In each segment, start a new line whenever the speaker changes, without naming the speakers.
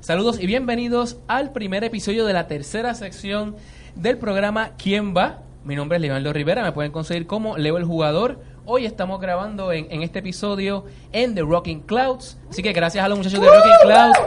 Saludos y bienvenidos al primer episodio de la tercera sección del programa ¿Quién va? Mi nombre es Leonardo Rivera, me pueden conseguir como Leo el Jugador. Hoy estamos grabando en, en este episodio en The Rocking Clouds, así que gracias a los muchachos de Rocking Clouds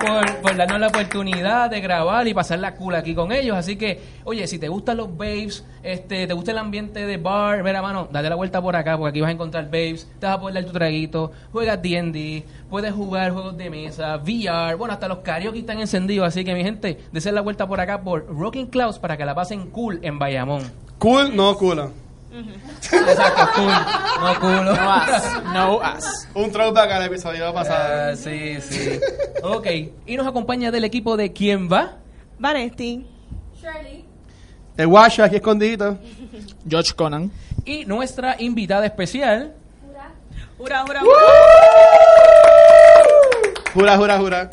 por, por darnos la oportunidad de grabar y pasar la cool aquí con ellos. Así que, oye, si te gustan los babes, este, te gusta el ambiente de bar, mira, mano, date la vuelta por acá, porque aquí vas a encontrar babes, te vas a poder dar tu traguito, juegas D&D, puedes jugar juegos de mesa, VR, bueno, hasta los karaoke están encendidos. Así que, mi gente, dese la vuelta por acá por Rocking Clouds para que la pasen cool en Bayamón.
Cool, no cula.
Exacto, cool, no culo.
No as. No as.
Un throwback al episodio pasado.
Ah, sí, sí. Ok, y nos acompaña del equipo de ¿Quién va?
Vanesti.
Shirley.
El guacho aquí escondido.
George Conan.
Y nuestra invitada especial,
Pura.
Ura, ura, ura.
Jura, jura, jura.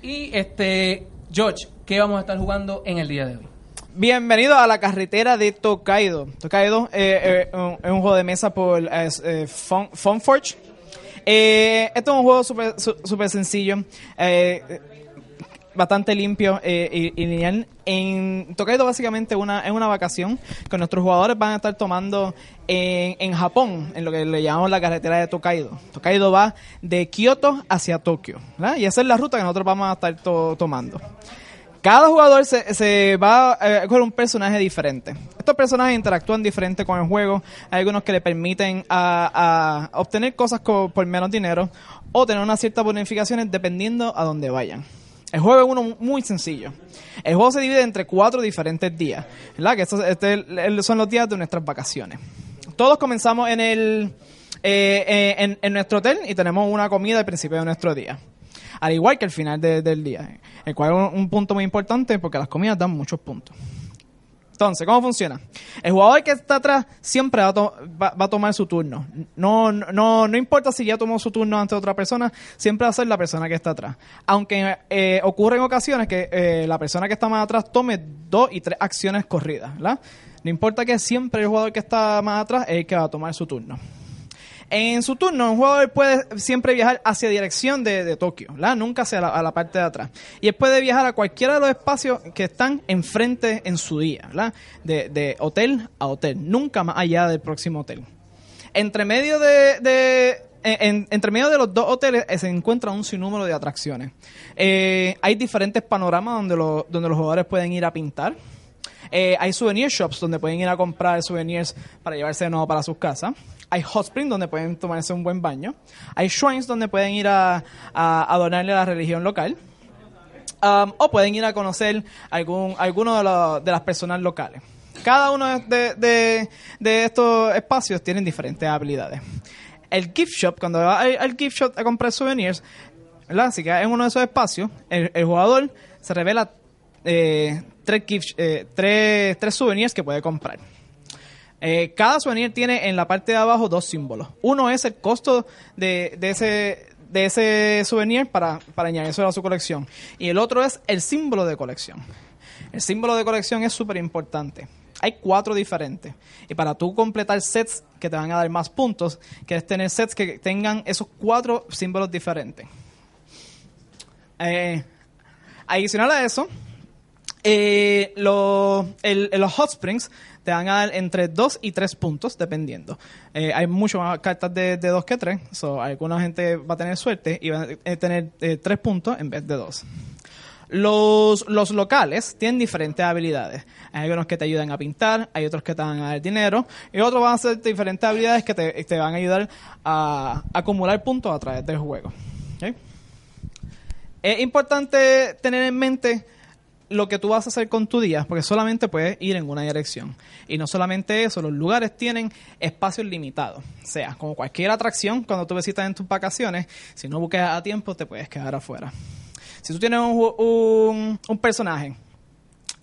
Y este, George, ¿qué vamos a estar jugando en el día de hoy?
Bienvenido a la carretera de Tokaido. Tokaido eh, eh, un- es un juego de mesa por eh, eh, Fun- Funforge. Eh, esto es un juego súper su- súper sencillo, eh, eh, bastante limpio eh, y, y lineal. En Tokaido básicamente una, es una vacación que nuestros jugadores van a estar tomando en, en Japón, en lo que le llamamos la carretera de Tokaido. Tokaido va de Kioto hacia Tokio, ¿verdad? y esa es la ruta que nosotros vamos a estar to- tomando. Cada jugador se, se va eh, con un personaje diferente. Estos personajes interactúan diferente con el juego. Hay algunos que le permiten a, a obtener cosas co- por menos dinero o tener unas ciertas bonificaciones dependiendo a dónde vayan. El juego es uno muy sencillo. El juego se divide entre cuatro diferentes días, ¿verdad? Que estos este- el- son los días de nuestras vacaciones. Todos comenzamos en el eh, eh, en, en nuestro hotel y tenemos una comida al principio de nuestro día al igual que al final de- del día, el cual es un, un punto muy importante porque las comidas dan muchos puntos. Entonces, ¿cómo funciona? El jugador que está atrás siempre va a, to- va, va a tomar su turno. No, no, no importa si ya tomó su turno ante otra persona, siempre va a ser la persona que está atrás. Aunque eh, ocurren ocasiones que eh, la persona que está más atrás tome dos y tres acciones corridas, ¿verdad? No importa que siempre el jugador que está más atrás es el que va a tomar su turno. En su turno, un jugador puede siempre viajar hacia dirección de, de Tokio, ¿la? nunca hacia la, a la parte de atrás. Y él puede viajar a cualquiera de los espacios que están enfrente en su día, ¿la? De, de hotel a hotel, nunca más allá del próximo hotel. Entre medio de, de- en- entre medio de los dos hoteles eh, se encuentra un sinnúmero de atracciones. Eh, hay diferentes panoramas donde, los- donde los jugadores pueden ir a pintar. Eh, hay souvenir shops donde pueden ir a comprar souvenirs para llevarse de nuevo para sus casas. Hay hot springs donde pueden tomarse un buen baño. Hay shrines donde pueden ir a, a, a donarle a la religión local. Um, o pueden ir a conocer algún alguno de, los- de las personas locales. Cada uno de, de- de estos espacios tienen diferentes habilidades. El gift shop, cuando va al, al gift shop a comprar souvenirs, ¿verdad? Si queda en uno de esos espacios, el, el jugador se revela eh, tres, gift, eh, tres, tres souvenirs que puede comprar. Eh, cada souvenir tiene en la parte de abajo dos símbolos. Uno es el costo de, de ese de ese souvenir para, para añadirse a su colección. Y el otro es el símbolo de colección. El símbolo de colección es súper importante. Hay cuatro diferentes. Y para tú completar sets que te van a dar más puntos, quieres tener sets que tengan esos cuatro símbolos diferentes. Eh, adicional a eso, eh, lo- el- los hot springs te van a dar entre 2 y 3 puntos, dependiendo. Eh, hay muchas más cartas de, 2 que 3, so, alguna gente va a tener suerte y va a eh, tener 3 puntos en vez de 2. Los, los locales tienen diferentes habilidades. Hay algunos que te ayudan a pintar, hay otros que te van a dar dinero, y otros van a hacer diferentes habilidades que te, te van a ayudar a, acumular puntos a través del juego. ¿ok? Es importante tener en mente lo que tú vas a hacer con tu día, porque solamente puedes ir en una dirección. Y no solamente eso, los lugares tienen espacios limitados. O sea, como cualquier atracción, cuando tú visitas en tus vacaciones, si no buscas a tiempo, te puedes quedar afuera. Si tú tienes un, ju- un- un personaje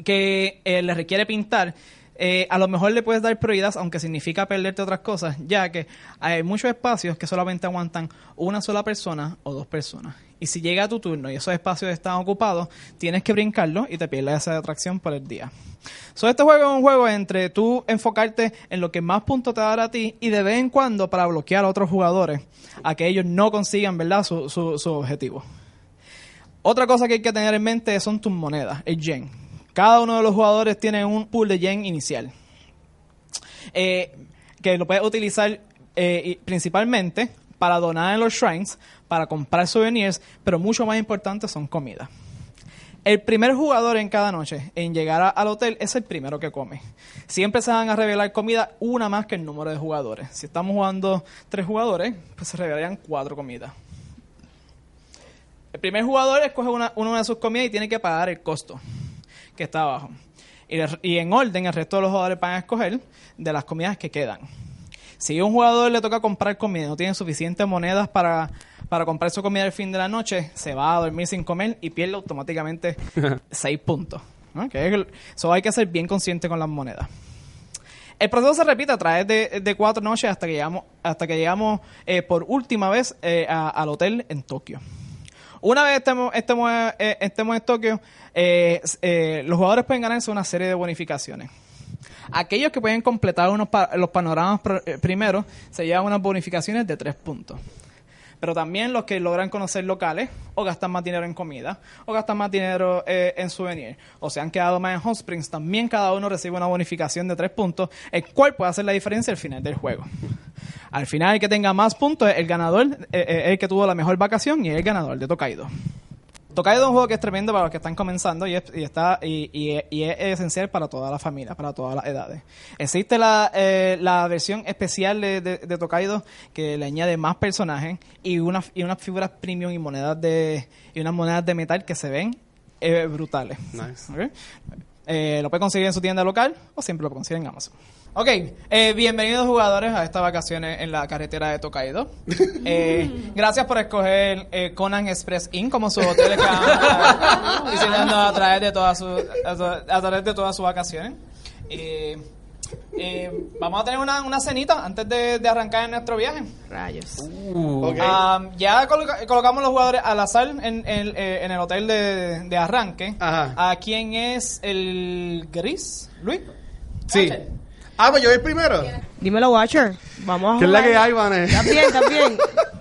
que eh, le requiere pintar, eh, a lo mejor le puedes dar prioridad, aunque significa perderte otras cosas, ya que hay muchos espacios que solamente aguantan una sola persona o dos personas. Y si llega tu turno y esos espacios están ocupados, tienes que brincarlo y te pierdes esa atracción por el día. So, este juego es un juego entre tú enfocarte en lo que más puntos te dará a ti y de vez en cuando para bloquear a otros jugadores a que ellos no consigan, ¿verdad?, su, su, su objetivo. Otra cosa que hay que tener en mente son tus monedas, el yen. Cada uno de los jugadores tiene un pool de yen inicial. Eh, que lo puedes utilizar eh, y- principalmente para donar en los shrines, para comprar souvenirs, pero mucho más importante son comida. El primer jugador en cada noche en llegar a- al hotel es el primero que come. Siempre se van a revelar comida una más que el número de jugadores. Si estamos jugando tres jugadores, pues se revelarán cuatro comidas. El primer jugador escoge una, una de sus comidas y tiene que pagar el costo que está abajo. Y, de- y en orden, el resto de los jugadores van a escoger de las comidas que quedan. Si a un jugador le toca comprar comida y no tiene suficientes monedas para, para comprar su comida al fin de la noche, se va a dormir sin comer y pierde automáticamente 6 puntos. ¿no? Que es el- so, hay que ser bien consciente con las monedas. El proceso se repite a través de, de cuatro noches hasta que llegamos, hasta que llegamos eh, por última vez eh, a- al hotel en Tokio. Una vez estemos, estemos, eh, estemos en Tokio, eh, s- eh, los jugadores pueden ganarse una serie de bonificaciones. Aquellos que pueden completar unos pa- los panoramas pr- eh, primero se llevan unas bonificaciones de tres puntos. Pero también los que logran conocer locales o gastan más dinero en comida o gastan más dinero eh, en souvenir o se han quedado más en Hot Springs, también cada uno recibe una bonificación de tres puntos, el cual puede hacer la diferencia al final del juego. Al final, el que tenga más puntos es el ganador, eh, eh, el que tuvo la mejor vacación y es el ganador de Tokaido. Tokaido es un juego que es tremendo para los que están comenzando y es, y está, y, y- y es esencial para toda la familia, para todas las edades. Existe la, eh, la versión especial de, de, de Tokaido que le añade más personajes y, unas y unas figuras premium y monedas de y unas monedas de metal que se ven eh, brutales.
Nice.
Ok. Eh, lo puede conseguir en su tienda local o siempre lo consigue en Amazon. Ok, eh, bienvenidos jugadores a estas vacaciones en la carretera de Tokaido. Eh, gracias por escoger eh, Conan Express Inn como su hotel que van a estar visitando a través de todas sus a, tra- a través de todas sus vacaciones. Eh, eh, vamos a tener una, una cenita antes de, de arrancar en nuestro viaje.
Rayos.
Ok.
Ah, ya coloca- colocamos los jugadores al azar en, en- eh, en el hotel de, de arranque.
Ajá.
¿A quién es el gris? Luis.
sí. Ah, pues yo voy primero.
Dímelo, Watcher. Vamos a
¿Qué es la
jugar.
que hay, Vanes?
También, también.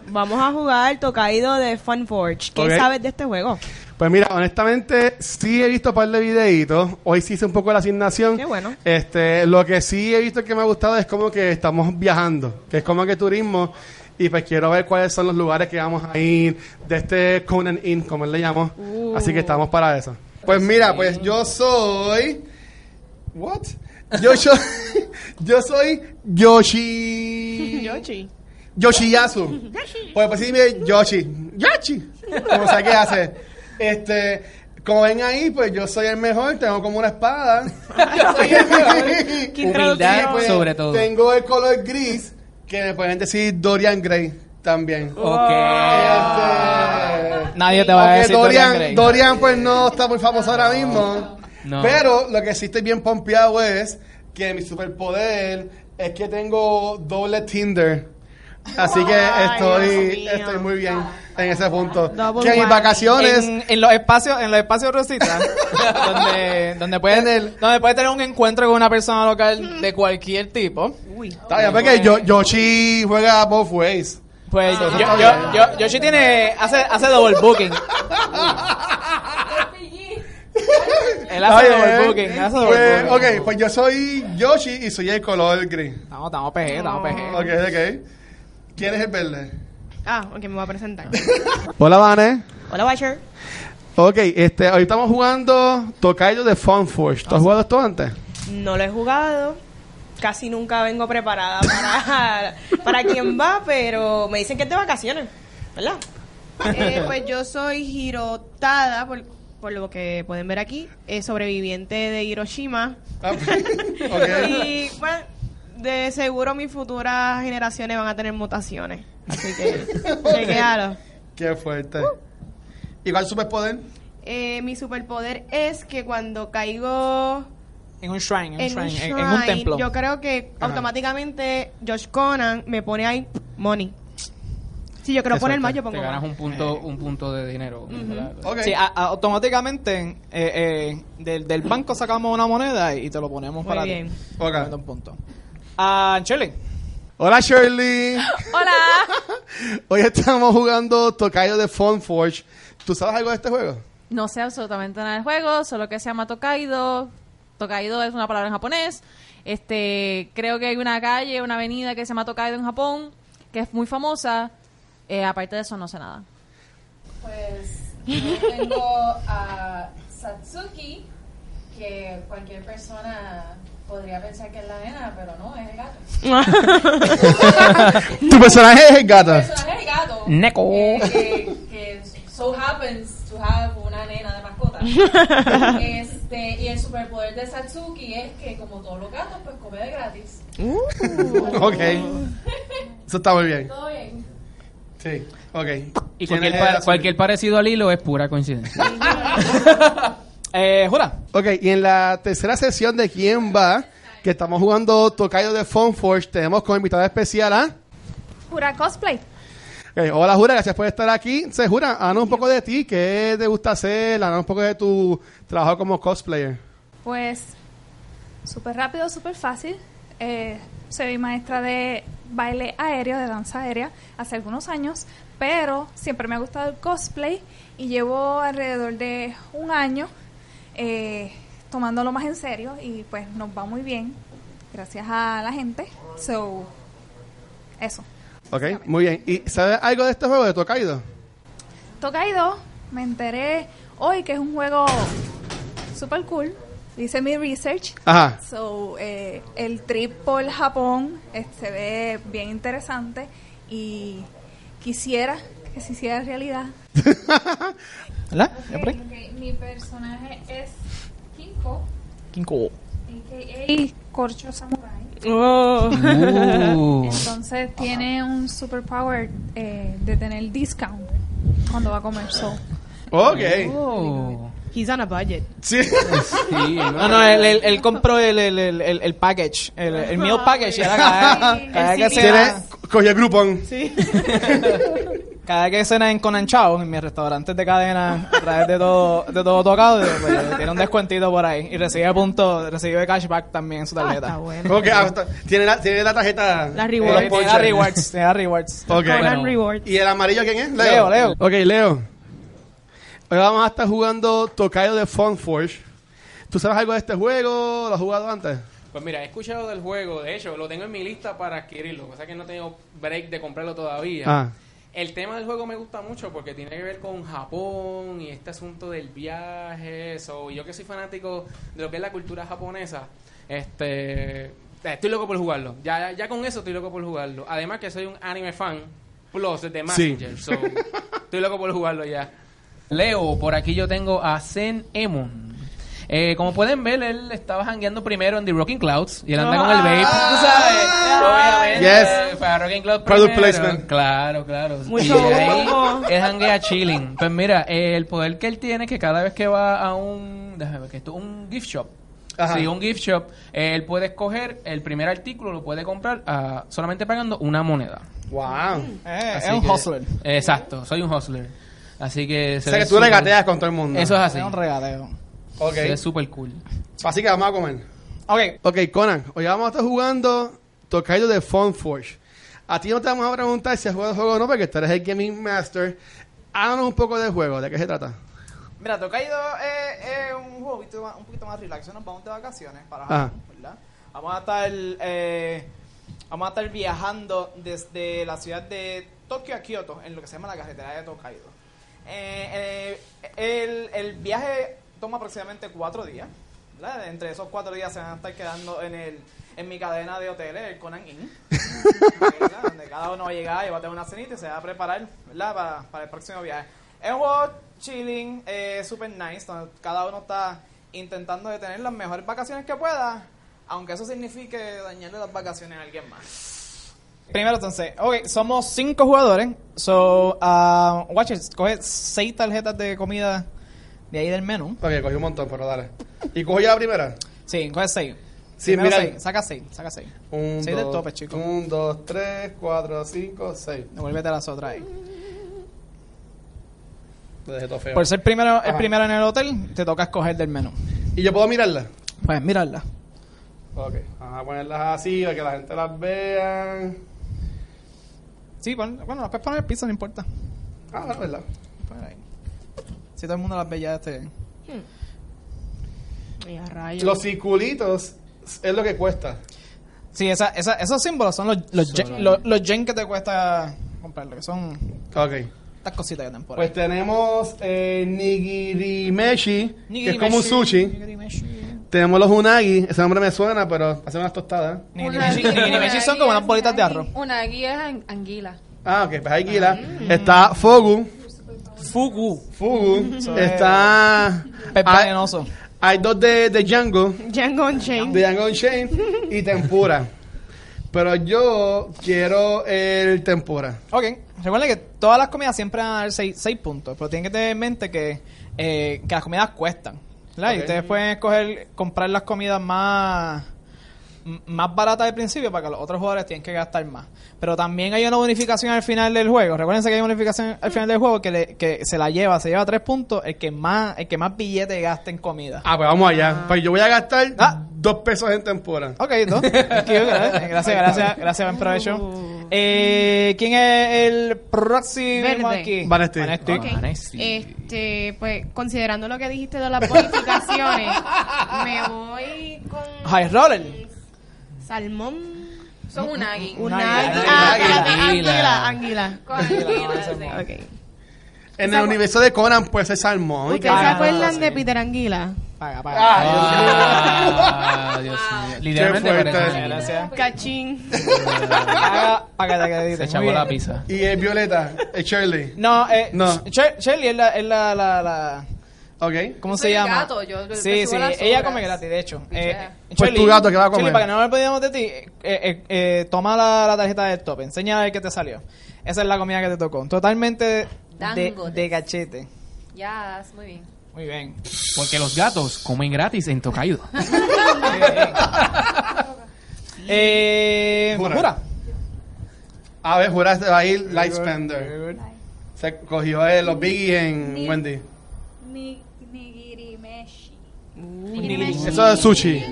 Vamos a jugar Tokaido de Fun Forge. ¿Qué
Ok.
sabes de este juego?
Pues mira, honestamente, sí he visto un par de videitos. Hoy sí hice un poco la asignación.
Qué bueno.
Este, lo que sí he visto que me ha gustado es como que estamos viajando, que es como que turismo. Y pues quiero ver cuáles son los lugares que vamos a ir de este Conan Inn, como él le llamó.
Uh.
Así que estamos para eso. Pues mira, pues yo soy. ¿What? Yo, yo, yo soy Yoshi.
Yoshi.
Yoshiyasu. Pues, pues sí, mire, Yoshi. Yoshi. Como sea que hace. Este, como ven ahí, pues yo soy el mejor, tengo como una espada. yo soy el mejor.
Qué
Humildad
pues,
introducción.
sobre todo.
Tengo el color gris, que me pueden decir Dorian Gray también.
Ok.
Este,
Nadie te va a
ok,
decir Dorian Gray.
Dorian, pues no está muy famoso ahora mismo.
No.
Pero lo que sí estoy bien pompeado es que mi superpoder es que tengo doble Tinder. Así que estoy,
Dios mío.
estoy muy bien en ese punto.
Double
que en mis
whammy.
vacaciones.
En, en los espacios, en los espacios Rosita, donde, donde puedes
En el-
donde puedes tener un encuentro con una persona local de cualquier tipo.
Uy.
Está bien, porque yo, Yoshi juega both ways.
Pues
Ah,
yo,
está
yo,
bien.
yo, Yoshi tiene, hace, hace double booking. Él hace
Está
double
bien.
booking, hace double
Pues,
booking.
ok, pues yo soy Yoshi y soy el color gris.
Estamos, estamos PG, estamos PG.
Ok, ok. ¿Quién es el verde?
Ah, ok, me voy a presentar.
Hola, Vane.
Hola, Watcher.
Ok, este, hoy estamos jugando Tocayo de Funforge. ¿Tú has jugado esto antes?
No lo he jugado. Casi nunca vengo preparada para, para quien va, pero me dicen que es de vacaciones. ¿Verdad?
Eh, pues yo soy Hirotada, por, por lo que pueden ver aquí, eh, sobreviviente de Hiroshima.
Ah, ok.
Y bueno, de seguro mis futuras generaciones van a tener mutaciones. Así que, chequealo.
Qué fuerte. ¿Y cuál superpoder?
Eh, mi superpoder es que cuando caigo
En un shrine, en un
en un
shrine, en-
shrine,
en un templo.
yo creo que
Ajá.
automáticamente Josh Conan me pone ahí money. Si yo quiero
Exacto.
poner más, yo
Te
pongo
ganas
más.
un punto, un punto de dinero. ¿verdad?
Ok.
Sí, a- a- automáticamente eh, eh, del, del banco sacamos una moneda y te lo ponemos
Muy
para
bien.
ti.
Ok.
Te mando un punto. Ah, Chele.
Hola Shirley.
Hola.
Hoy estamos jugando Tocayo de Funforge. ¿Tú sabes algo de este juego?
No sé absolutamente nada del juego, solo que se llama Tokaido. Tokaido es una palabra en japonés. Este, creo que hay una calle, una avenida que se llama Tokaido en Japón, que es muy famosa. Eh, aparte de eso, no sé nada.
Pues yo tengo a Satsuki, que cualquier persona podría pensar que es la nena, pero no, es el gato.
Tu personaje es el gato.
El personaje es el gato.
Neko.
Que, que- que so happens to have una nena de mascota. Este, y el superpoder de Satsuki es que, como todos los gatos, pues come de gratis.
Ok. Eso está muy bien.
Todo bien.
Sí. Ok.
Y
¿Quién
cualquier,
es
pa-
el-
cualquier parecido al hilo es pura coincidencia.
Eh, Jura,
Ok, y en la tercera sesión de ¿Quién va? Que estamos jugando Tocayo de Funforge. Tenemos como invitada especial a.
Pura cosplay.
Ok, hola Jura, gracias por estar aquí. Se Jura, háblanos un poco de ti, qué te gusta hacer, háblanos un poco de tu trabajo como cosplayer.
Pues súper rápido, súper fácil. Eh, soy maestra de baile aéreo, de danza aérea, hace algunos años, pero siempre me ha gustado el cosplay y llevo alrededor de un año eh, tomándolo más en serio y pues nos va muy bien, gracias a la gente. So, eso.
Ok, muy bien. ¿Y sabes algo de este juego de Tokaido?
Tokaido, me enteré hoy que es un juego súper cool. Hice mi research
Ajá.
So, eh, el trip por Japón eh, se ve bien interesante y quisiera que se hiciera realidad.
¿verdad? ¿Ya por ahí?
Mi personaje es Kinko,
Kinko.
a.k.a. Corcho Samurai.
Oh.
Uh.
Entonces tiene un superpower eh, de tener discount cuando va a comer. So,
Ok.
Oh.
He's on a budget.
Sí.
Sí,
No, no, él, él- él compró el, el, el, el- el package, el, el meal package. y era cada,
Ay.
cada que
El CD.
cena,
Tiene cogió el grupón.
sí. cada que cena en Conan Chao, en mis restaurantes de cadena, a través de todo, de todo tocado, pues, tiene un descuentito por ahí. Y recibe puntos, recibe cashback también en su
Ah, está
tarjeta.
bueno.
Ok, ah, está- tiene, la, tiene la tarjeta.
La
Eh,
reward.
te da rewards, te da rewards.
Ok.
Conan
Bueno.
Reward.
¿Y el amarillo quién es?
Leo, Leo.
Ok, Leo. Hoy vamos a estar jugando Tocayo de Funforge. ¿Tú sabes algo de este juego? ¿Lo has jugado antes?
Pues mira, he escuchado del juego, de hecho, lo tengo en mi lista para adquirirlo, cosa que no tengo break de comprarlo todavía.
Ah.
El tema del juego me gusta mucho porque tiene que ver con Japón y este asunto del viaje, eso. Y yo que soy fanático de lo que es la cultura japonesa, este, estoy loco por jugarlo. Ya, ya con eso estoy loco por jugarlo. Además que soy un anime fan, plus de Messenger, so, estoy loco por jugarlo ya.
Leo, por aquí yo tengo a Zen Emon. Eh, como pueden ver, él estaba jangueando primero en The Rocking Clouds y él anda con el vape. ¿Tú sabes? Obviamente.
Yes.
Para Rocking Clouds
Product
primero.
placement.
Claro, claro.
Mucho
y de ahí,
humo.
él janguea chilling. Pues mira, eh, el poder que él tiene es que cada vez que va a un... Déjame ver que esto... Un gift shop.
Ajá.
Sí, un gift shop. eh, él puede escoger el primer artículo, lo puede comprar ah, solamente pagando una moneda.
Wow.
Eh, es
Así
un
que-
hustler.
Exacto, soy un hustler. Así que...
O sea que tú
súper-
regateas con todo el mundo.
Eso es así.
Es un regadeo.
Ok.
Se ve súper cool.
Así que vamos a comer.
Ok,
Ok, Conan, hoy vamos a estar jugando Tokaido de Funforge. A ti no te vamos a preguntar si has jugado el juego o no, porque tú eres el Gaming Master. Háblanos un poco del juego, ¿de qué se trata?
Mira, Tokaido es es un juego un poquito más- un poquito más relax. Nos vamos de vacaciones para
Ah.
Japón, ¿verdad? Vamos a estar eh, vamos a estar viajando desde la ciudad de Tokio a Kioto en lo que se llama la carretera de Tokaido. Eh, eh, el, el viaje toma aproximadamente cuatro días. ¿verdad? Entre esos cuatro días se van a estar quedando en el en mi cadena de hoteles, el Conan Inn. ¿verdad? donde cada uno va a llegar y va a tener una cenita y se va a preparar ¿verdad? Para, para el próximo viaje. Es un juego chilling, eh, super nice, donde cada uno está intentando de tener las mejores vacaciones que pueda, aunque eso signifique dañarle las vacaciones a alguien más. Primero entonces, ok, somos cinco jugadores, so, uh, Watchers, coge seis tarjetas de comida de ahí del menú.
Ok, cogí un montón, pero dale. ¿Y cojo ya la primera?
Sí, coge seis.
Sí,
Primero
mira-
seis, saca seis, saca seis.
Un,
seis del tope, chico.
Un, dos, tres, cuatro, cinco, seis.
Devuélvete las otras ahí.
Lo dejé todo feo.
Por ser primero, el
Ajá.
primero en el hotel, te toca escoger del menú.
¿Y yo puedo mirarla?
Pues mirarla.
Ok, vamos a ponerlas así para que la gente las vea.
Sí, pon- bueno, las puedes poner en el piso, no importa.
Ah, bueno, verdad.
Poner ahí. Si todo el mundo las ve ya, este...
Y a rayos.
Los circulitos es lo que cuesta.
Sí, esa, esa, esos símbolos son los, los, yen, los, los yen que te cuesta comprarlo, que son
Ok.
estas cositas que te por ahí.
Pues tenemos eh, nigirimeshi, que es como un sushi. Tenemos los unagi, ese nombre me suena, pero hacen unas tostadas.
Nigirimeshi nigirimeshi son como unas bolitas de arroz.
Una guía es an- anguila.
Ah, ok, pues hay guila. Está fogu,
Fugu.
fugu, Ah, está...
Pepe
hay-
venenoso.
Hay dos de, de Django,
Django Unchained.
de Django Unchained y Tempura. Pero yo quiero el Tempura.
Ok, recuerden que todas las comidas siempre van a dar 6 puntos, pero tienen que tener en mente que, eh, que las comidas cuestan. ¿verdad? Y
Ok.
ustedes pueden escoger, comprar las comidas más, m- más baratas al principio para que los otros jugadores tienen que gastar más. Pero también hay una bonificación al final del juego. Recuerden que hay una bonificación al final del juego que, le- que se la lleva, se lleva 3 puntos el que más, el que más billete gaste en comida.
Ah, pues vamos allá. Pues yo voy a gastar
Ah.
dos pesos en Tempura.
Ok, dos. Thank you, gracias, gracias, gracias, gracias, buen
Uh.
provecho. Eh, ¿Quién es el próximo
Verde.
aquí?
Vanesti.
Vanesti.
Ok. Este, pues, considerando lo que dijiste de las bonificaciones, me voy con
High Roller.
salmón,
Son un agui.
una águila,
águila.
ah, espérate,
Águila.
águila, águila.
Con anguila, sí.
Okay.
En el universo de Conan, pues es salmón.
¿Ustedes se
Ah,
acuerdan
sí.
de Peter Anguila?
Paga,
Ah,
paga.
Ah, Dios mío. Literalmente
Qué
parece una
fuerte.
guila.
gracias.
Cachín.
Paga, paga, te
Se echó la pizza.
Y es Violeta, es Shirley.
No, eh,
No.
Sh- Shirley es la, es la, la, la-
Ok.
¿cómo
Soy
se
el
llama?
gato, yo- yo
sí,
me
sí,
subo a las
ella
obras.
come gratis, de hecho. Eh,
Pues tu gato que va a comer.
Shirley, para que no nos olvidemos de ti, eh, eh, eh, toma la, la tarjeta del top, enseña a ver qué te salió. Esa es la comida que te tocó. Totalmente de,
Dangotes.
de cachete.
Ya, muy bien.
Muy bien.
Porque los gatos comen gratis en Tokaido.
Muy bien. eh,
Jura.
jura.
A ver, juraste, va a ir Lightspender. Se cogió eh, los Biggie en Wendy.
Ni- Nigirimeshi.
Eso es sushi.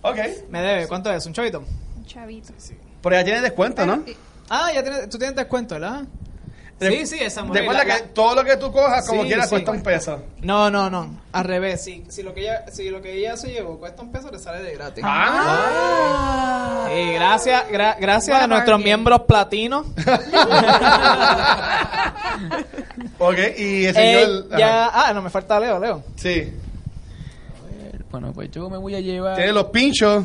Ok.
Me debe, ¿cuánto es? ¿Un chavito?
Un chavito. Eh,
Pero ya tiene descuento, ¿no?
Ah, ya tienes, tú tienes descuento, ¿verdad? Sí, sí, esa mujer.
Recuerda
la-
que todo lo que tú cojas, como
Sí,
quieras,
sí.
cuesta un peso.
No, no, no. Al revés. Si, si, lo que ella, si lo que ella se llevó cuesta un peso, le sale de gratis.
Ah,
Ah. Sí, gracias gra- gracias a nuestros miembros platinos.
Ok, y el
Eh,
señor. ajá.
ya, ah, no, me falta Leo, Leo.
Sí.
Bueno, pues yo me voy a llevar.
Tiene los pinchos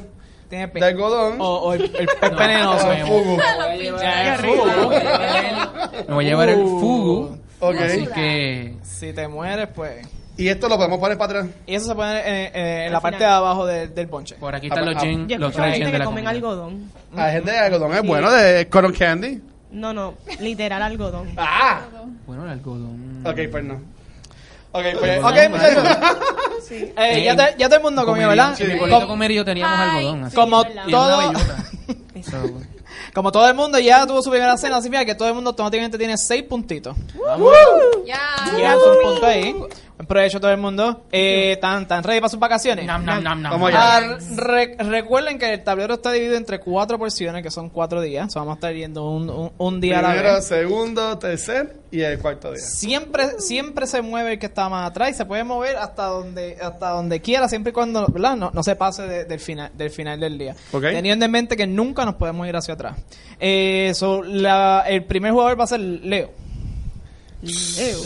Tiene
de
pe-
algodón.
Oh,
o, o el, el pez venenoso.
Ah, fugu.
Ya, fugu.
Me voy a llevar el fugu.
Uh. Ok.
Así que.
Si te mueres, pues.
Y esto lo podemos poner para atrás.
Y eso se pone eh, eh, en la parte de abajo del- del bonche.
Por aquí están
Ah,
los
ah,
yen,
Yo
los
escucho
tres
gente
yen
que
de la
comen
comida.
algodón.
La gente de algodón es bueno, de cotton candy.
No, no, literal algodón.
Ah.
Bueno, el algodón.
Ok, pues no. Ok, pues.
Eh, Ok, muchachos. Eh, ya, te- ya todo el mundo comió, ¿verdad? pues,
En mi
Com-
pueblito comer y yo teníamos algodón. Así.
como
Y una pues.
todo.
bellota. So,
Como todo el mundo ya tuvo su primera cena, así mira que todo el mundo automáticamente tiene seis puntitos.
Ya.
Llegan sus puntos ahí. Buen provecho todo el mundo. Eh, ¿Están tan ready para sus vacaciones?
nam, nam, nam, nam.
Vamos allá.
Ah, re- recuerden que el tablero está dividido entre cuatro porciones, que son cuatro días. So, vamos a estar yendo un, un- un día a la
Primero,
vez.
segundo, tercer y el cuarto día.
Siempre, siempre se mueve el que está más atrás y se puede mover hasta donde, hasta donde quiera, siempre y cuando ¿verdad? No, no se pase de- del, final, del final del día.
Ok.
Teniendo en mente que nunca nos podemos ir hacia atrás. Eh, so, la- el primer jugador va a ser Leo.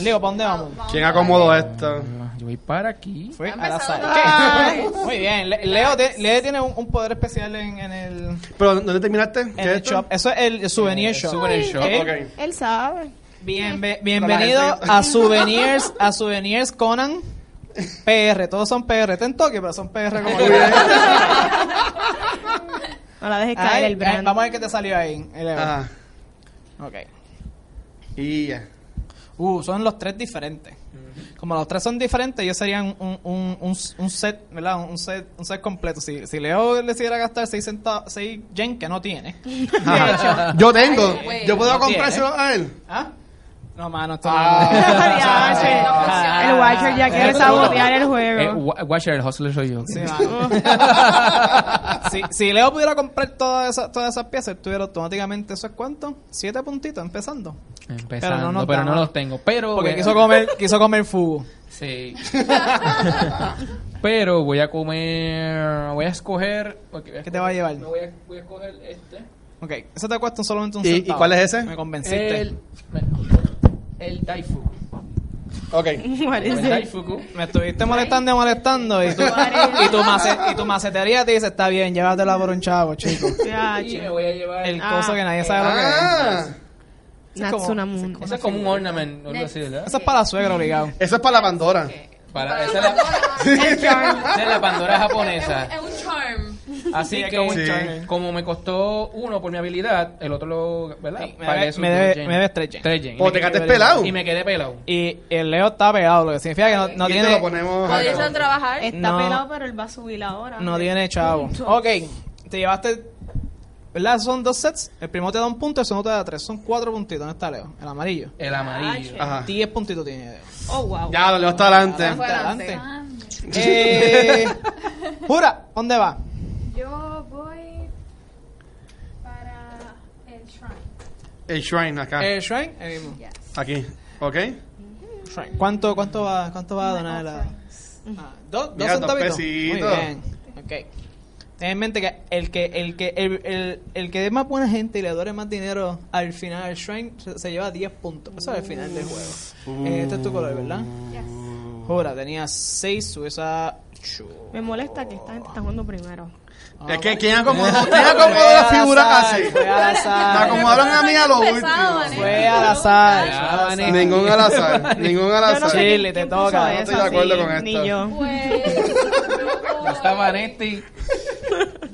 Leo, ¿para dónde vamos?
¿Quién acomodó esto?
Ah, Yo voy para aquí.
Fue
Ha
al azar.
empezado
Ok. Muy bien. Le- Leo, te- Leo tiene un, un poder especial en, en el,
¿Pero dónde terminaste?
en el
esto?
shop. Eso es el souvenir shop.
Súper Eh, el show.
Ok.
Ok.
Él sabe.
Bien- be- bienvenido a Souvenirs, a Souvenirs Conan PR. Todos son PR. Está en Tokio, pero son PR como tú.
No la dejes
Ay,
caer el
ay,
brand.
Vamos a ver qué te salió ahí. Leo.
Ah,
Ok.
y ya.
Uh, son los tres diferentes. Como los tres son diferentes, ellos serían un, un, un, un set, ¿verdad? Un set, un set completo. Si, si Leo decidiera gastar 6 centavos, 6 yen que no tiene.
Yo tengo.
Ay, güey.
Yo puedo
No tiene.
comprárselo a él.
¿Ah? No, mano, esto
Ah.
no.
Ya, sí.
Ah.
El Watcher ya quiere sabotear el
Eh,
juego.
Wa- Watcher, el hustler soy yo.
Sí, mano. si, si Leo pudiera comprar todas esas todas esas piezas, estuviera automáticamente, ¿eso es cuánto? Siete puntitos, empezando.
Empezando,
Pero
pero
no
no,
nos da.
los tengo. Pero eh,
Porque
voy a-
quiso comer, quiso comer fugu.
Sí. pero voy a comer. Voy a escoger. porque voy
¿Qué te va a llevar?
No voy a, voy a escoger este.
Ok, eso te cuesta solamente un
¿Y- y
centavo.
cuál es ese?
Me convenciste.
El. El Daifuku.
Ok.
El Daifuku.
Me estuviste molestando y molestando y tu, y, tu mace- y tu macetería te dice, está bien, llévatela por un chavo, chico.
Ya,
Y
che.
me voy a llevar.
El
Ah,
coso que nadie sabe lo que es.
Ah,
Eso es como-
Natsunamun.
Eso es como un ornament, o algo así, ¿verdad?
Eso es para la suegra, obligado.
eso es para la Pandora.
Para, esa, es la, esa es la Pandora japonesa.
Es un charm.
Así
es
que,
como un
Sí.
charm.
como me costó uno por mi habilidad, el otro lo. ¿Verdad?
Sí, me
Pagué
debe-
esos
me
dos
debe-
yen.
me debes tres yen.
Tres yen. Y
O
me
te
quedé-
quedaste pelado.
Y me quedé pelado.
Y el Leo está pegado, lo que significa que no, no
Y te lo
tiene,
ponemos.
Podría
acá.
ser trabajar.
Está
No.
pelado, pero él va a subir ahora.
no tiene chavo. Ok, te llevaste, ¿verdad? Son dos sets. El primero te da un punto, el segundo te da tres. Son cuatro puntitos, ¿dónde está Leo? El amarillo.
El amarillo.
Ajá.
Diez puntitos tiene Leo.
Oh, wow.
Ya, lo leo hasta Ah.
Ah,
adelante.
Adelante. Eh, Jura, ¿dónde va?
Yo voy para el shrine.
El shrine acá.
El Eh, Ah, shrine. el mismo.
Yes.
Aquí. ¿Ok?
Shrine. ¿Cuánto, cuánto, va, ¿Cuánto va a donar la.? Ah, ¿Dos, dos
Mira, dos
centavitos?
pesitos.
Muy bien. Ok. Ten en mente que el que el que el, el, el que dé más buena gente y le adore más dinero al final al shrine se, se lleva 10 puntos. Eso es el final del juego.
Uh.
Eh, Este es tu color, ¿verdad?
Yes.
Jura, tenía 6, subes a 8.
Me molesta que esta gente está jugando primero.
Es que ¿quién acomodó, ¿quién acomodó las figuras así?
Fue al
Me
azar.
acomodaron a mí a lo
Pesado,
último.
Vanessa.
Fue al azar. fue al azar.
Ah, Ningún al azar. Ningún al
Yo no sé
azar.
quién-
Chile, te
quién puso
toca, no
eso
estoy de acuerdo
así,
con esto.
Ni yo.
Pues.
No estaba Nesti.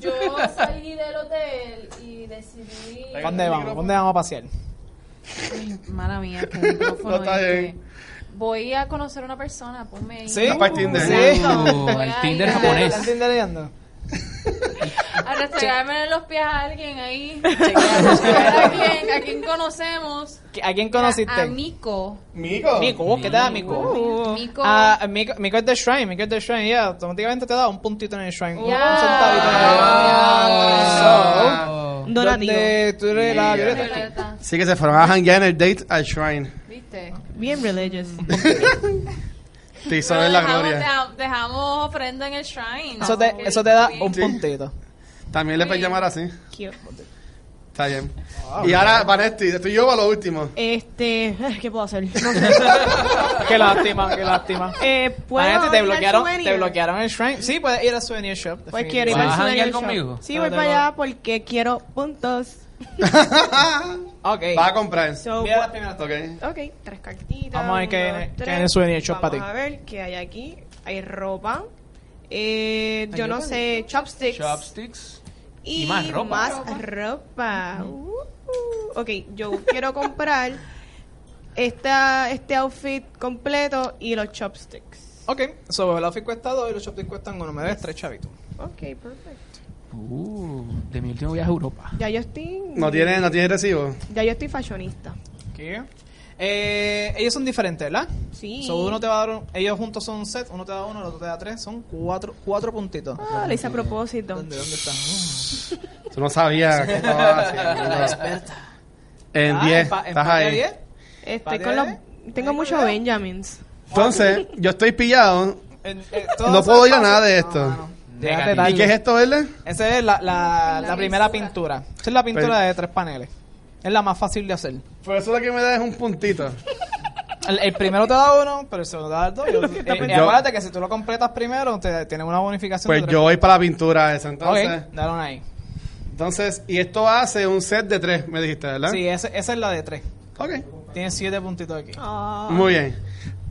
Yo salí del hotel y decidí.
¿Dónde vamos? ¿Dónde vamos a pasear?
Mala mía, que el micrófono
No está
este.
bien.
Voy a conocer a una persona, ponme ahí.
¿Sí?
Está para Tinder.
Sí.
Uh, el
Ay,
Tinder
ay.
¿Están
japonés.
tindereando?
A restregarme en los pies a alguien ahí. a, quién, a quién conocemos.
¿Qui- ¿A quién
A,
conociste?
Miko.
Mico.
Mico, ¿qué te da
Uh.
Mico?
Miko.
Ah, Mico, Mico es de Shrine, Mico es de Shrine, ya, automáticamente te da un puntito en el Shrine.
Ya.
Un
Ah,
centavito en el Shrine.
Ah.
Oh.
So,
Donativo.
donde tú eres la violeta.
Violeta,
Sí que se fueron a hanguear en el date al shrine.
¿Viste?
Bien religious.
Te hizo
Pero
ver la
dejamos-
gloria.
deja- Dejamos ofrenda en el shrine.
Eso te, eso te da un puntito.
También le puedes llamar así.
Cute.
Está bien. Y ahora, Vanesti, estoy yo para lo último.
Este, ¿qué puedo hacer? No
Qué lástima, qué lástima.
Eh, ¿puedo
Imagínate,
ir
te
al
bloquearon,
souvenir?
te bloquearon el Shrine. Sí, puedes ir a Souvenir Shop.
Pues
definitivamente.
quiero ir
¿Vas a
al
janguear
souvenir shop.
conmigo?
Sí,
No,
voy
no,
para
no.
allá porque quiero puntos.
Ok.
Va a comprar.
So,
Mira las primeras
Ok.
ok, tres cartitas.
Vamos a ver qué
un,
hay
dos,
en- qué hay
tres.
en el souvenir shop
Vamos
para ti.
a ver qué hay aquí. Hay ropa. Eh, yo
Hay
no
ropa.
sé, chopsticks.
Chopsticks.
y,
y más ropa.
más ropa. Uh, uh. ok, yo quiero comprar esta, este outfit completo y los chopsticks.
Ok, so el outfit cuesta 2 y los shopping cuestan 1. Me debes 3 chavitos.
Ok, perfecto.
Uh, de mi último viaje a Europa.
Ya yo estoy.
No tiene, no tiene recibo.
Ya yo estoy fashionista.
¿Qué? Eh, ellos son diferentes, ¿verdad?
Sí.
So, uno te va a dar, un- ellos juntos son un set, uno te da uno, el otro te da tres, son cuatro, cuatro puntitos.
Ah, lo hice a propósito.
¿Dónde, dónde están?
Tú no sabías que estaba
Ah,
haciendo. En
Ah,
10.
empa-
Estás
empate a
ahí.
10.
Estoy
¿Vale?
Este, con los. Tengo muchos Benjamins.
Ah,
Entonces, yo estoy pillado.
En- eh, en- todas
No
esas
puedo ir a
fases-
nada de
No,
esto.
no, no. Llegaste
Negativo.
tarde.
¿Y qué es esto, verde?
Esa es la, la, la primera pintura. Esa es la pintura
Pero-
de tres paneles. Es la más fácil de hacer.
Por eso lo que me da es un puntito.
El, el primero te da uno, pero el segundo te da dos. Y- Y, y
Yo-
acuérdate que si tú lo completas primero, te tienes una bonificación.
Pues
de tres.
yo voy para la pintura esa, entonces.
Ok, dale una ahí.
Entonces, y esto hace un set de tres, me dijiste, ¿verdad?
Sí, esa, esa es la de tres.
Ok.
Tienes siete puntitos aquí.
Ah.
Muy bien.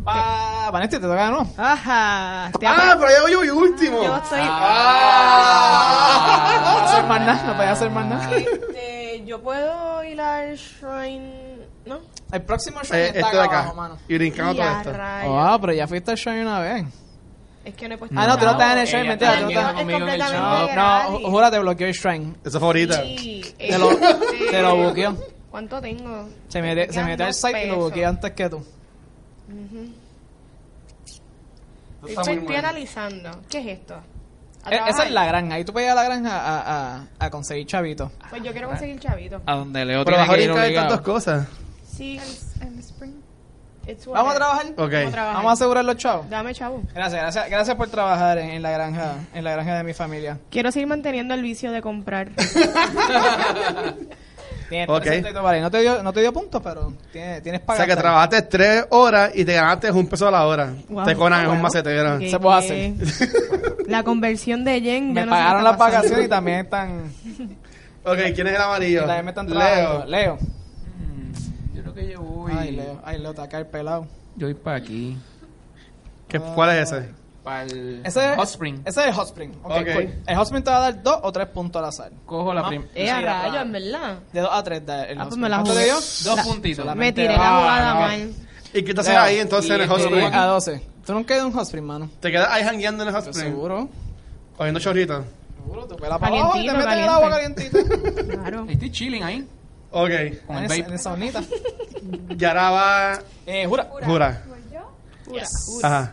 Pa- Vanesti, te toca de nuevo.
Ajá. Te ap-
Ah, pero ya voy yo voy último. Ah.
yo estoy.
No puedes hacer más nada, no puedes hacer más nada.
Este, yo puedo ir al shrine. ¿No?
El próximo show
Eh,
está
este de
acá,
acá.
abajo, mano.
Y brincando
Y
todo
a
esto.
rayos.
Ah, pero ya fuiste al show una vez.
Es que no he puesto.
Ah, no, tú no estás en el
Ella
shrine,
está
mentira, tú no
jangueando
estás-
conmigo en el
Es
shrine.
completamente-
No, no, ju- jura te bloqueó el shrine.
Eso fue ahorita.
Sí,
Te lo,
este,
te lo buqueó.
¿Cuánto tengo?
Se metió, se metió al site y lo
Pesos.
buqueó antes que tú.
Eso está
Estoy,
muy
estoy
bueno.
analizando. ¿Qué es esto? A
E- Esa
trabajar.
es la granja. Ahí tú puedes ir a la granja a, a- a conseguir chavito.
Pues yo
Ah.
quiero conseguir chavito.
A donde Leo
Pero vas a
tiene que ir
brincar de
obligado.
tantas cosas.
Sí,
El spring.
it's
Vamos a
whatever.
trabajar.
Ok.
Vamos a trabajar.
Vamos a asegurar los chavos.
Dame, chavo.
Gracias, gracias, gracias por trabajar en, en la granja, en la granja de mi familia.
Quiero seguir manteniendo el vicio de comprar.
Tienes
Ok.
300 dólares. No te dio, no te dio puntos, pero tienes, tienes
O
para
sea que
gastar.
trabajaste tres horas y te ganaste un peso a la hora. Te conan en un macetero.
¿Qué,
Se puede hacer.
qué? La conversión de yen.
Me
yo no sé
pagaron
qué
las
está pasando.
vacaciones y también están,
Ok, ¿quién es el
y
amarillo?
también me están
Leo.
trabajando. Leo.
Mm, Yo creo que yo voy.
Ay, Leo. Ay, Leo, te va a caer pelado.
Yo voy para aquí.
¿Qué- ¿Cuál es ese?
Para el
Ese es,
Hot Spring.
Ese es el hot spring. Ok,
Ok.
cool. El hot spring te va a dar dos o tres puntos al azar.
Cojo la primera.
Eh, a rayos, en verdad.
De dos a tres da el
Ah,
hot
pues me
spring.
la
¿Cuánto
jugué.
te dio?
Dos puntitos.
Me tiré la
Ah,
jugada
no.
mal.
¿Y qué te haces
Leo.
ahí entonces en el hot
De
spring?
10 a 12. Tú nunca quedas en un hot spring, mano.
¿Te quedas ahí jangueando en el hot
Yo
spring?
seguro.
Cogiendo chorritos.
Seguro, te pelas para abajo y te
Calientito,
metes en el agua calientita.
Claro.
Estoy chilling ahí.
Ok.
Con
En
el
esa-
vape.
en esa hornita.
Y ahora va...
Eh, jura.
Jura.
¿Voy yo?
Ajá.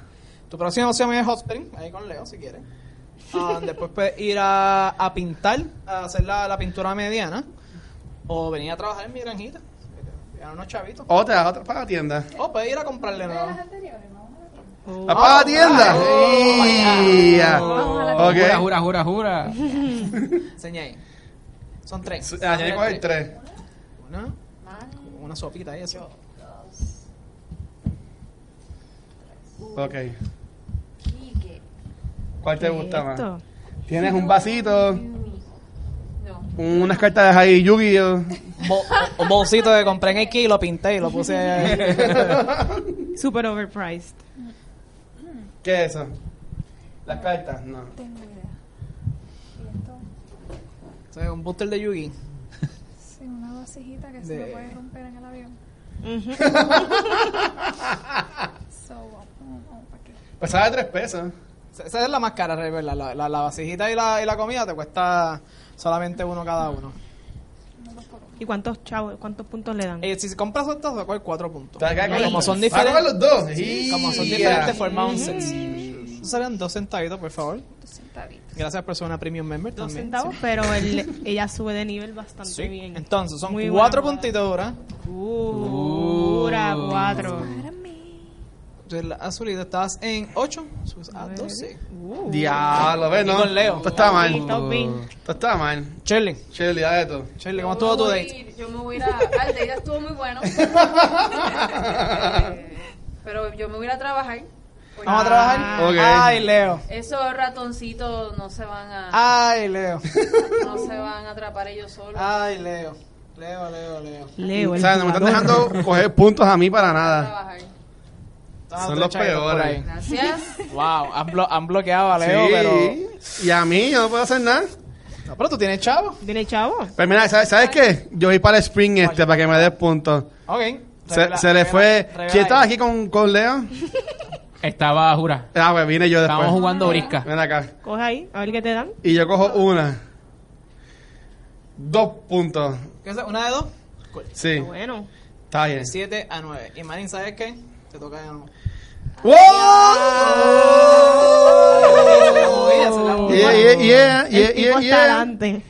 Tu próxima opción es Hot Spring, ahí con Leo si quieres. Ah, después puedes ir a, a pintar, a hacer la, la pintura mediana. O venir a trabajar en mi granjita. Ganar unos chavitos.
O te vas a otra- para la tienda.
O Oh, puedes ir a comprarle nuevo.
¡A para
Oh,
la tienda! ¡Ey! Ok.
Jura, jura, jura, jura.
Enseña ahí. Son tres.
Ah, ya coger tres.
Una, una sopita y eso.
Ok. ¿Cuál te gusta más? Tienes un vasito, unas cartas de Jair Yu-Gi-Oh.
Bo- un bolsito que compré en el kilo, pinté y lo puse ahí.
Super overpriced.
¿Qué es eso? Las cartas, no.
Tengo idea. Y esto,
O sea, un booster de Yugi.
sí, una vasijita que se
De-
me puede romper en el avión. so, vamos, vamos para aquí.
Pues sale tres pesos.
Esa- Esa es la más cara, Rey, ¿verdad? La, la, la vasijita y la, y la comida te cuesta solamente uno cada uno.
¿Y cuántos chavos, cuántos puntos le dan?
Eh, si compras estas, te cuesta cuatro puntos.
Te vas a quedar con-
Como son
¿Vas a coger
diferentes.
los dos?
Como son
Yeah.
diferentes, forma un set. Serían dos centavitos, por favor.
Dos centavitos.
Gracias, persona premium member.
Dos
también.
centavos,
Sí.
pero él- ella sube de nivel bastante
Sí.
bien.
Entonces, son
Muy buena
cuatro
jugada.
puntitos ahora.
Pura
Uh.
cuatro.
Para mí.
Entonces, la azulita, estás en 8, subes a 12.
Uh,
Diablo, ¿ves? No.
con Leo.
Esto está mal.
sí, top bin.
Esto está mal.
Shirley,
Shirley, dale esto.
Shirley, ¿cómo estuvo tu date?
Yo me voy a ir a... Al date estuvo muy bueno. Pero yo me voy a ir a trabajar. porque
¿Vamos a trabajar?
Ok.
Ay, Leo.
Esos ratoncitos no se van a...
Ay, Leo.
No se van a atrapar ellos solos.
Ay, Leo. Leo, Leo, Leo.
Leo,
O
el
sea, no me están
jugador.
dejando coger puntos a mí para
a
nada.
trabajar.
Estaban
Son
tres
los
chavitos por
peores.
ahí.
Gracias.
Wow, han, blo- han bloqueado a Leo,
Sí. Y a mí, yo no puedo hacer nada.
pero. No, pero tú tienes chavo.
Dile, chavo.
Pero mira, ¿sabes, ¿sabes qué? Yo voy para el Spring este para que me des puntos.
Ok.
Se,
Revela-
se le
revela-
fue.
revela
¿Quién estaba
ahí.
aquí con, con Leo?
Estaba, jura.
Ah, pues vine yo después.
Estábamos jugando brisca.
Ven acá.
Coge ahí, a ver qué te dan.
Y yo cojo una. Dos puntos.
¿Qué es? ¿Una de dos?
Sí.
Bueno.
Está bien.
7 a 9. Y Marín, ¿sabes qué? Te toca de nuevo.
¡Wow! Yeah, yeah, yeah,
El
yeah,
tipo
yeah,
está
yeah.
adelante.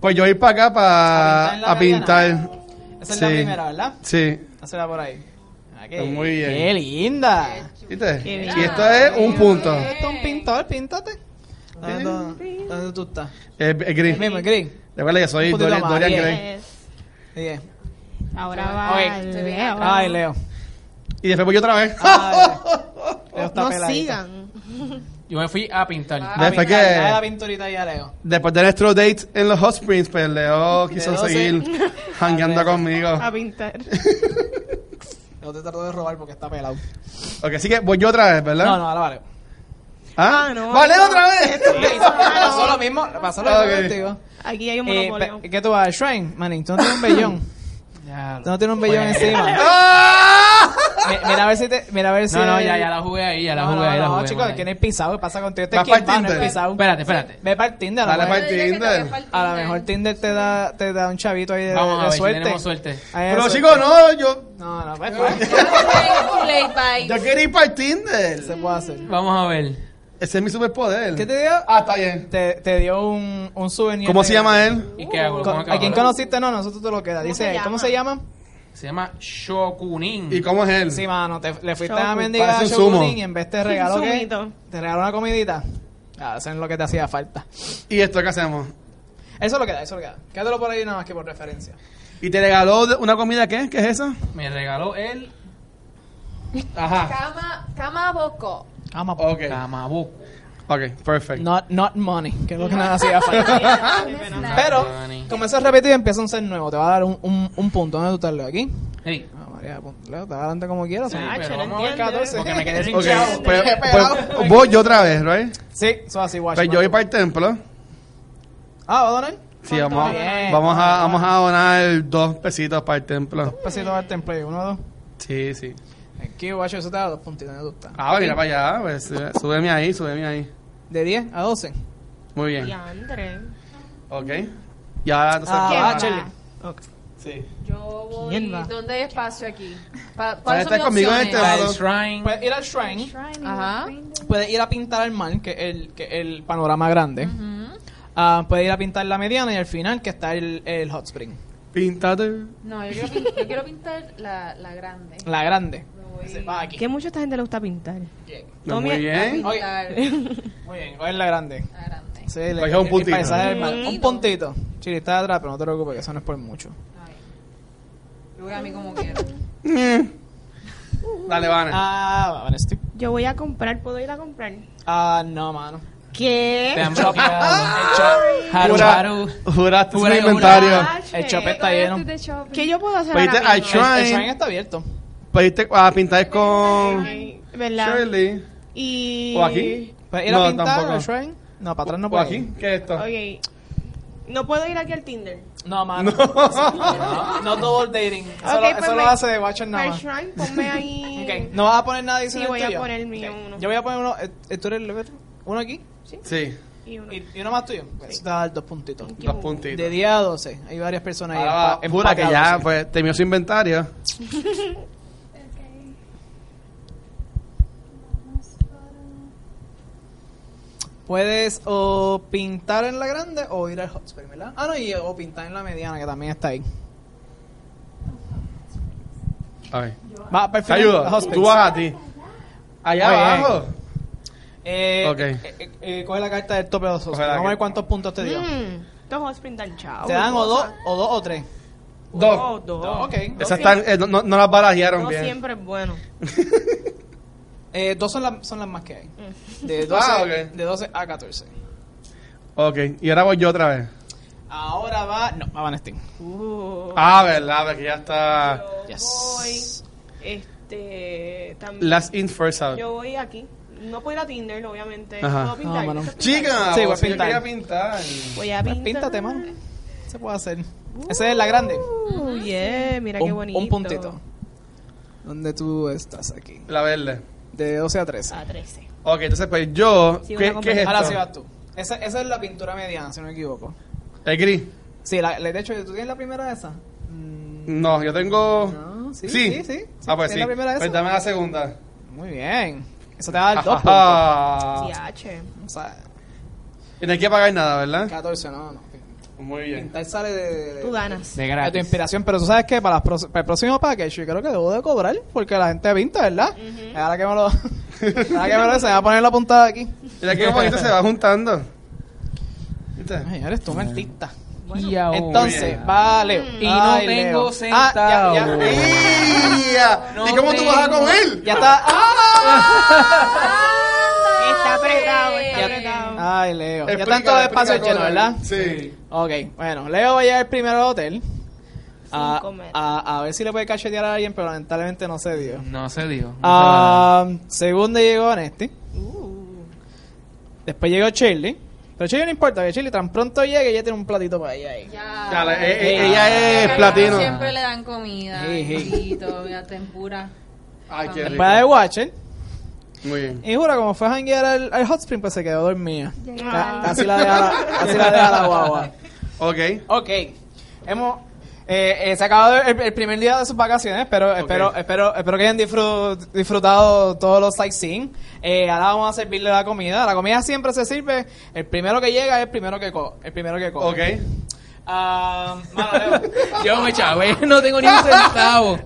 Pues yo voy para acá
¿A pintar en la
para a
mediana?
pintar.
Esa es la
Sí.
primera, ¿verdad?
Sí.
Hazla por ahí. Ah, qué-
Muy bien.
¡Qué linda!
¿Viste?
Qué bien.
Y esto es un punto. Eh,
Esto es un pintor, píntate. ¿Dónde, dónde- dónde tú estás?
Es es
El
green.
mismo, el gris.
eh, Recuerda que soy
Un poquito
Dorian,
más, eh.
Dorian
yeah.
Gray.
Es-
Bien.
Ahora va
Ok.
Leo.
Ay, Leo.
Y después voy yo otra vez.
Ay, Leo está
Oh, No
peladito.
sigan.
Yo me fui a pintar.
Ah,
Después
pintar,
que-
dale la pinturita ahí a Leo.
Después de nuestro date en los Hot Springs, pues Leo quiso
Leo, sí.
seguir hangueando conmigo.
Ah.
A pintar.
No te trato de robar porque está pelado.
Ok, así que voy yo otra vez, ¿verdad?
No, no, ahora vale.
¿Ah?
Ah, no.
¡Vale otra vez!
Pasó lo mismo, pasó lo mismo
Ok.
contigo.
Aquí hay un
Eh,
monopolio.
pe- ¿Qué tú vas al shrine, Manning? Tú no tienes un vellón.
Ya,
Pues, Tú no tienes un vellón encima.
¡Ah!
mi- mira a ver si te. Mira a ver si.
No, no, ya, ya la jugué ahí, ya la
No,
jugué
no,
ahí. la
no,
jugué,
chicos,
mano.
¿quién es pisado? ¿Qué pasa contigo? Este
Vas
es
para
Kimbano,
Tinder.
es pisado.
Espérate, espérate.
Ve para el Tinder. a
Dale
la
para
vez.
el
Yo diría que
Tinder.
todavía falta
A lo
Tinder.
mejor Tinder te da, te da un chavito ahí de,
Vamos a
de
ver si
suerte.
tenemos suerte.
Ahí de
Pero
suerte.
chicos, no, yo,
No, no, pues, pues,
Too late, bye.
yo quiero ir para el Tinder.
se puede hacer.
Vamos a ver.
Ese es mi superpoder.
¿Qué te dio?
Ah, está bien.
Te, te dio un, un souvenir.
¿Cómo
de-
se llama él?
¿Y qué hago? ¿Lo
Con-
pongo acá
Uh, ¿A quién
abajo?
conociste? No, nosotros te lo queda. Dice,
se llama?
¿cómo se llama?
Se llama Shokunin.
¿Y cómo es él?
Sí, mano, te, le fuiste a
Shogun.
mendigar a
Parece un sumo.
Shogunin y en vez te regaló que
Sumito.
te regaló una comidita. Hacen lo que te hacía falta.
¿Y esto qué hacemos?
Eso lo queda, eso lo queda. Quédatelo por ahí nada más que por referencia.
¿Y te regaló de- una comida qué? ¿Qué es eso?
Me regaló el. Ajá.
Cama, cama boco.
Vamos a
Ok.
Kamabuku.
Ok, perfect.
Not, not money, que es lo que nos hacía falta. Pero,
money.
como eso es repetido, empieza un ser nuevo. Te va a dar un, un, un punto. ¿Dónde tú estás, Leo? ¿Aquí?
Hey.
Ah, María, apúntalo. Te adelante como quieras.
Sí,
son-
no
pero vamos a ver
entiendo.
14. Porque me quedé
Ok,
hinchado.
pues, pues voy yo otra vez, ¿right?
Sí, eso así, guacho.
Pues yo voy para el templo.
Ah, ¿va a donar?
Sí, vamos,
Está bien.
vamos, a, vamos a donar dos pesitos para el templo.
Pasito al templo ahí, uno, dos.
Sí, sí.
Aquí, guacho, eso te da dos puntitos. ¿dónde tú estás?
Ah, mira para allá. Pues, sube- súbeme ahí, súbeme ahí.
De 10 a 12.
Muy bien.
Diantre.
Ok. Ya, entonces.
eh. Ah,
¿quién
va,
va?
Chele.
Sí.
Yo voy.
¿Quién va?
¿Dónde hay espacio aquí? Pa-
Ahí
¿Cuáles son
está
mis
conmigo en
opciones?
este-
El shrine.
Puedes ir al shrine,
Shrine y
Ajá.
window.
puedes ir a pintar el mar, que es el, que es el panorama grande. Ah, puedes ir a pintar la mediana y al final, que está el, el hot spring.
Píntate.
este
No, yo quiero, pin- yo quiero pintar la, la grande.
La grande. Ese, va aquí.
Que mucho a esta gente le gusta pintar.
Bien.
No,
No,
muy
mira,
bien.
Ok,
Pintar
muy bien. ¿Cuál es la grande?
la grande.
Sí, le-
Cogió un
el
puntito.
paisaje del mar. Un puntito. Chile, está atrás, pero no te preocupes, que eso no es por mucho.
Yo voy a mí como quiero.
Mm. Dale, Vane.
Ah, va, Vanesti.
Yo voy a comprar, ¿puedo ir a comprar?
Ah, no, mano.
Te
¿Qué?
han bloqueado. El chop.
Ah,
Haru,
Jura-
haru.
Juraste su
Jura-
inventario.
jura-
El chop
Te
está lleno.
cobraste
El,
de este shopping.
¿Qué yo puedo hacer
Pediste
ahora
al
mismo?
el shrine
shrine.
está abierto.
Pediste a Pues, Ah, pintar con
Ok, ¿Verdad?
Shirley.
Y...
¿O aquí?
Puedes ir
No,
a pintar
tampoco.
al shrine. No, para atrás no
¿O
puedes.
aquí? ¿Qué es esto?
Ok. No puedo ir aquí al Tinder.
No, mano. No, no double dating. Eso, lo,
Ok, pues
eso lo
me-
hace de Watcher nada
Al
más.
shrine, ponme ahí...
Ok, No vas a poner nada
Sí,
adicional
voy
tuyo?
a poner el mío
Ok.
uno.
Yo voy a poner uno. eh, eh, ¿Tú eres el otro? Uno aquí
Sí,
Y uno.
y, y uno más tuyo. Pues, Eso te va a dar dos puntitos.
dos puntitos.
De 10 a 12. Hay varias personas ahí.
Ahora
empa-
jura que ya
empacados.
pues, terminó su inventario.
Puedes o pintar en la grande o ir al hot spring, ¿verdad? Ah, no, y, o pintar en la mediana, que también está ahí.
A ver.
Va,
Te
perfecto.
ayudo. Tú vas a ti. Allá
Oye,
abajo.
Eh,
Ok.
eh, eh, eh, coge la carta del tope de los hot
Coge
spring.
la
Vamos a ver
que-
cuántos puntos te dio.
Mm, Dos hotsprings dan chao.
Te dan o dos, o dos o tres.
Dos.
Oh, Dos, dos.
Ok.
Esas están, eh, no, no- no las barajearon
No
bien.
siempre es bueno.
Eh, dos son, las son las más que hay.
Mm.
De 12,
Ah, ok.
de 12 a 14.
Ok, y ahora voy yo otra vez.
Ahora va. No, va Vanestín.
Uh,
Ah, verdad, porque ya está.
Yes.
este... También.
Last in, first out.
Yo voy aquí. No puedo ir a Tinder, obviamente.
Ajá.
Puedo pintar.
No, mano.
Chica,
Sí, voy a
vos, yo
pintar.
quería pintar.
Voy a
Pues
pintar.
píntate, mano. Se puede hacer. Esa es la grande.
Uh, yeah, mira qué
Un,
bonito.
un puntito. ¿Dónde tú estás aquí?
La verde.
De 12 a 13.
A 13.
Ok, entonces pues yo.
Sí,
¿qué,
una
qué es esto?
Ahora sí vas tú. Esa, esa es la pintura mediana, si no me equivoco.
El gris.
Sí, la, la- de hecho, ¿tú tienes la primera de esa? Mm,
No, yo tengo.
No, sí,
sí.
sí, sí.
Ah, pues
¿Tienes
sí.
la primera de
Pues
esa?
dame la segunda.
Muy bien. Eso te va a dar dos puntos. Ah,
Ajá.
Sí, H.
O sea,
Y no hay que pagar nada, ¿verdad?
14, no, no.
Muy
Pintar sale de, de-
Tú ganas.
De
de tu
gratis.
inspiración, pero tú sabes que para, las pro- para el próximo package yo creo que debo de cobrar porque la gente pinta, ¿verdad? Ahora que me lo... ahora que me lo... Se me va a poner la puntada aquí.
Mira qué bonito se va juntando. ¿Viste?
Ay, eres tú un artista.
Y
Oh,
ahora-
Entonces,
bien.
va Leo.
Y no
Ay,
tengo
Leo.
centavo.
Ah, ya, ya.
Oh. ¡Ia!
No
¿Y cómo tú
tengo.
vas a con él?
Ya está. ¡Ah!
Está apretado,
Ya-
está apretado.
Ay, Leo. Ya
Explica,
están todos los
explica
espacios llenos,
cómo es.
¿verdad?
Sí.
Ok, bueno, Leo va a llegar primero al hotel. A,
comer.
a, a ver si le puede cachetear a alguien, pero lamentablemente no se dio.
No se dio. No se va a dar.
Ah, segundo llegó Nesti. Después llegó Shirley. Pero Shirley no importa, que Shirley tan pronto llegue ya tiene un platito para ella ahí.
Ya.
Dale, eh, eh, ella es
Ay,
platino.
Siempre le dan comida.
Sí, sí.
Bendito, mira, tempura.
Ay, qué rico.
Después de Watcher.
Muy bien.
Y jura, como fue a janguear al, al hot spring, pues se quedó dormida.
Llegué
Ca- Casi la deja la, casi la, deja la guagua.
Ok.
Ok. Hemos eh, eh, se acabó el, el primer día de sus vacaciones, pero espero, espero, espero que hayan disfrut- disfrutado todos los sightseeing. Eh, ahora vamos a servirle la comida. La comida siempre se sirve. El primero que llega es el primero que co el primero que
Ok.
come. Ah, mano, Leo.
Yo me chavé, no tengo ni un centavo.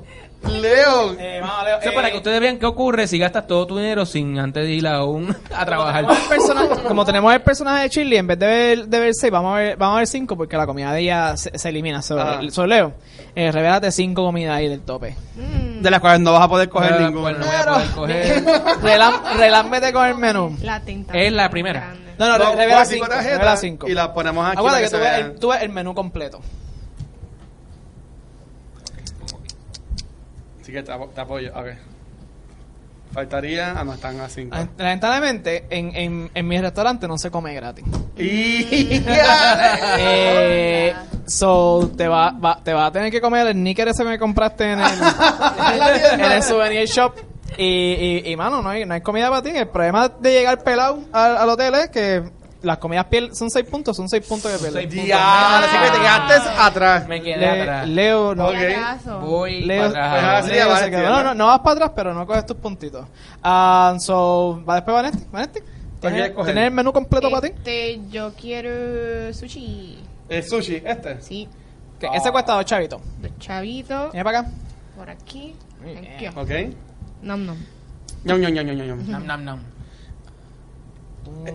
Leo.
Eh, mano, Leo,
O sea, para
eh,
que ustedes vean qué ocurre si gastas todo tu dinero sin antes de ir aún a trabajar.
Como tenemos, el personaje, como tenemos el personaje de Shirley, en vez de ver, de ver seis, vamos a ver, vamos a ver cinco porque la comida de ella se, se elimina. So,
Ah.
so, Leo, eh, revélate cinco comidas ahí del tope.
Mm,
De las cuales no vas a poder coger
Ah,
ninguna.
bueno, no voy a poder coger.
Relam- relámbete con el menú.
La tentación.
Es la primera.
No, no,
No,
re- revela
pues,
cinco.
tarjeta
Revela cinco.
Y la ponemos aquí. para
Acuérdate que tú
se
ves,
vea.
el, tú ves el menú completo.
Así que te, apo- te apoyo. Ok. Faltaría. Ah, no, están a 5.
Lamentablemente, en, en, en mi restaurante no se come gratis.
Y.
Eh, so, te va, va- te vas a tener que comer el níquel ese que me compraste en el, en el souvenir shop. Y, y, y, mano, no hay, no hay comida para ti. El problema de llegar pelado al, al hotel es que las comidas piel son seis puntos, son seis puntos que pierdes. Ah.
Diablo, así que te quedaste atrás.
Me quedé
Le- Ah,
atrás.
Leo, no,
Ok.
Voy
Leo,
para atrás.
Ajá, sí,
Leo
ya,
se
Vanetti,
quedó.
¿verdad?
No, no, no vas para atrás, pero no coges tus puntitos. Ah, so, va después Vanetti. Vanetti,
quieres
¿tienes,
coger?
tienes el menú completo para ti?
Este, yo quiero sushi.
El sushi, este.
Sí,
Que Ese cuesta dos chavitos.
chavito,
Viene para acá.
por aquí.
Muy
Thank you.
Ok.
Nom, nom.
Ñam, ñam, ñam, ñam, ñam, ñam.
Nam, nam, nam.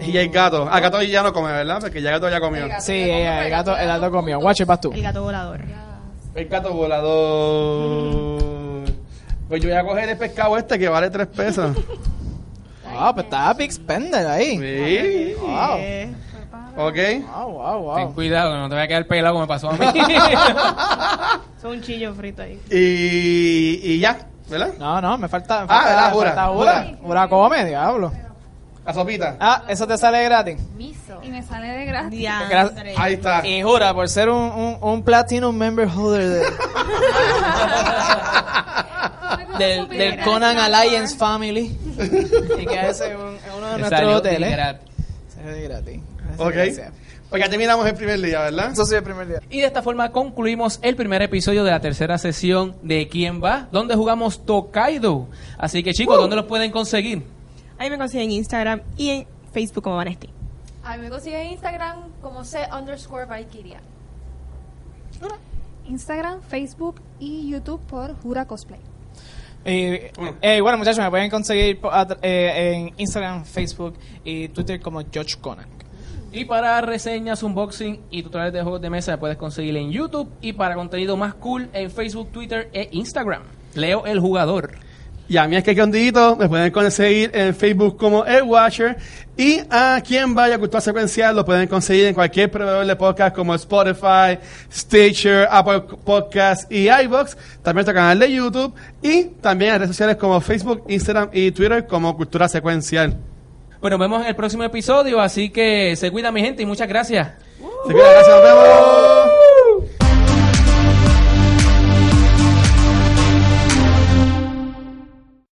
Y el gato. Ah, gato ya no come, ¿verdad? Porque ya gato ya comió.
Sí, ella, el gato, el gato comió. Watch it, vas tú.
El gato volador.
El gato volador. Pues yo voy a coger el pescado este que vale 3 pesos.
Ah, pues está Big Spender ahí.
Sí.
Wow. Oh.
Ok.
Wow, wow,
Ten
wow.
cuidado, que no te voy a quedar pelado como me pasó a mí.
Son un chillo frito ahí.
Y, y ya, ¿verdad?
No, no, me falta. Me
Ah,
falta,
era
me
Jura.
falta Jura. Jura come, diablo.
La sopita.
Ah, eso te sale gratis.
Y me sale de gratis.
Diantre.
Ahí está.
Y Jura, por ser un, un, un Platinum Member Holder de- del, del Conan Alliance Family. Y que ese es un- es uno de
Me
nuestros
salió
hoteles.
gratis.
Sale gratis. Gracias,
Ok.
gracias.
Pues ya terminamos el primer día, ¿verdad?
Eso sí, el primer día.
Y de esta forma concluimos el primer episodio de la tercera sesión de ¿Quién va? Donde jugamos Tokaido. Así que chicos, ¿dónde los pueden conseguir?
Ahí me consiguen en Instagram y en Facebook como Vanesti.
A mí me consigue en Instagram como C underscore Valkyria. Instagram, Facebook y YouTube por Jura Cosplay.
Y, eh, bueno, muchachos, me pueden conseguir po- a tra- eh, en Instagram, Facebook y Twitter como George Conan.
Y para reseñas, unboxing y tutoriales de juegos de mesa, puedes conseguir en YouTube. Y para contenido más cool, en Facebook, Twitter e Instagram. Leo el jugador.
Y a mí es que Condito me pueden conseguir en Facebook como El Watcher. Y a quien vaya a Cultura Secuencial lo pueden conseguir en cualquier proveedor de podcast como Spotify, Stitcher, Apple Podcasts y iBox. También nuestro canal de YouTube. Y también en redes sociales como Facebook, Instagram y Twitter como Cultura Secuencial.
Bueno, nos vemos en el próximo episodio. Así que se cuida mi gente y muchas gracias.
Así que, gracias, nos vemos.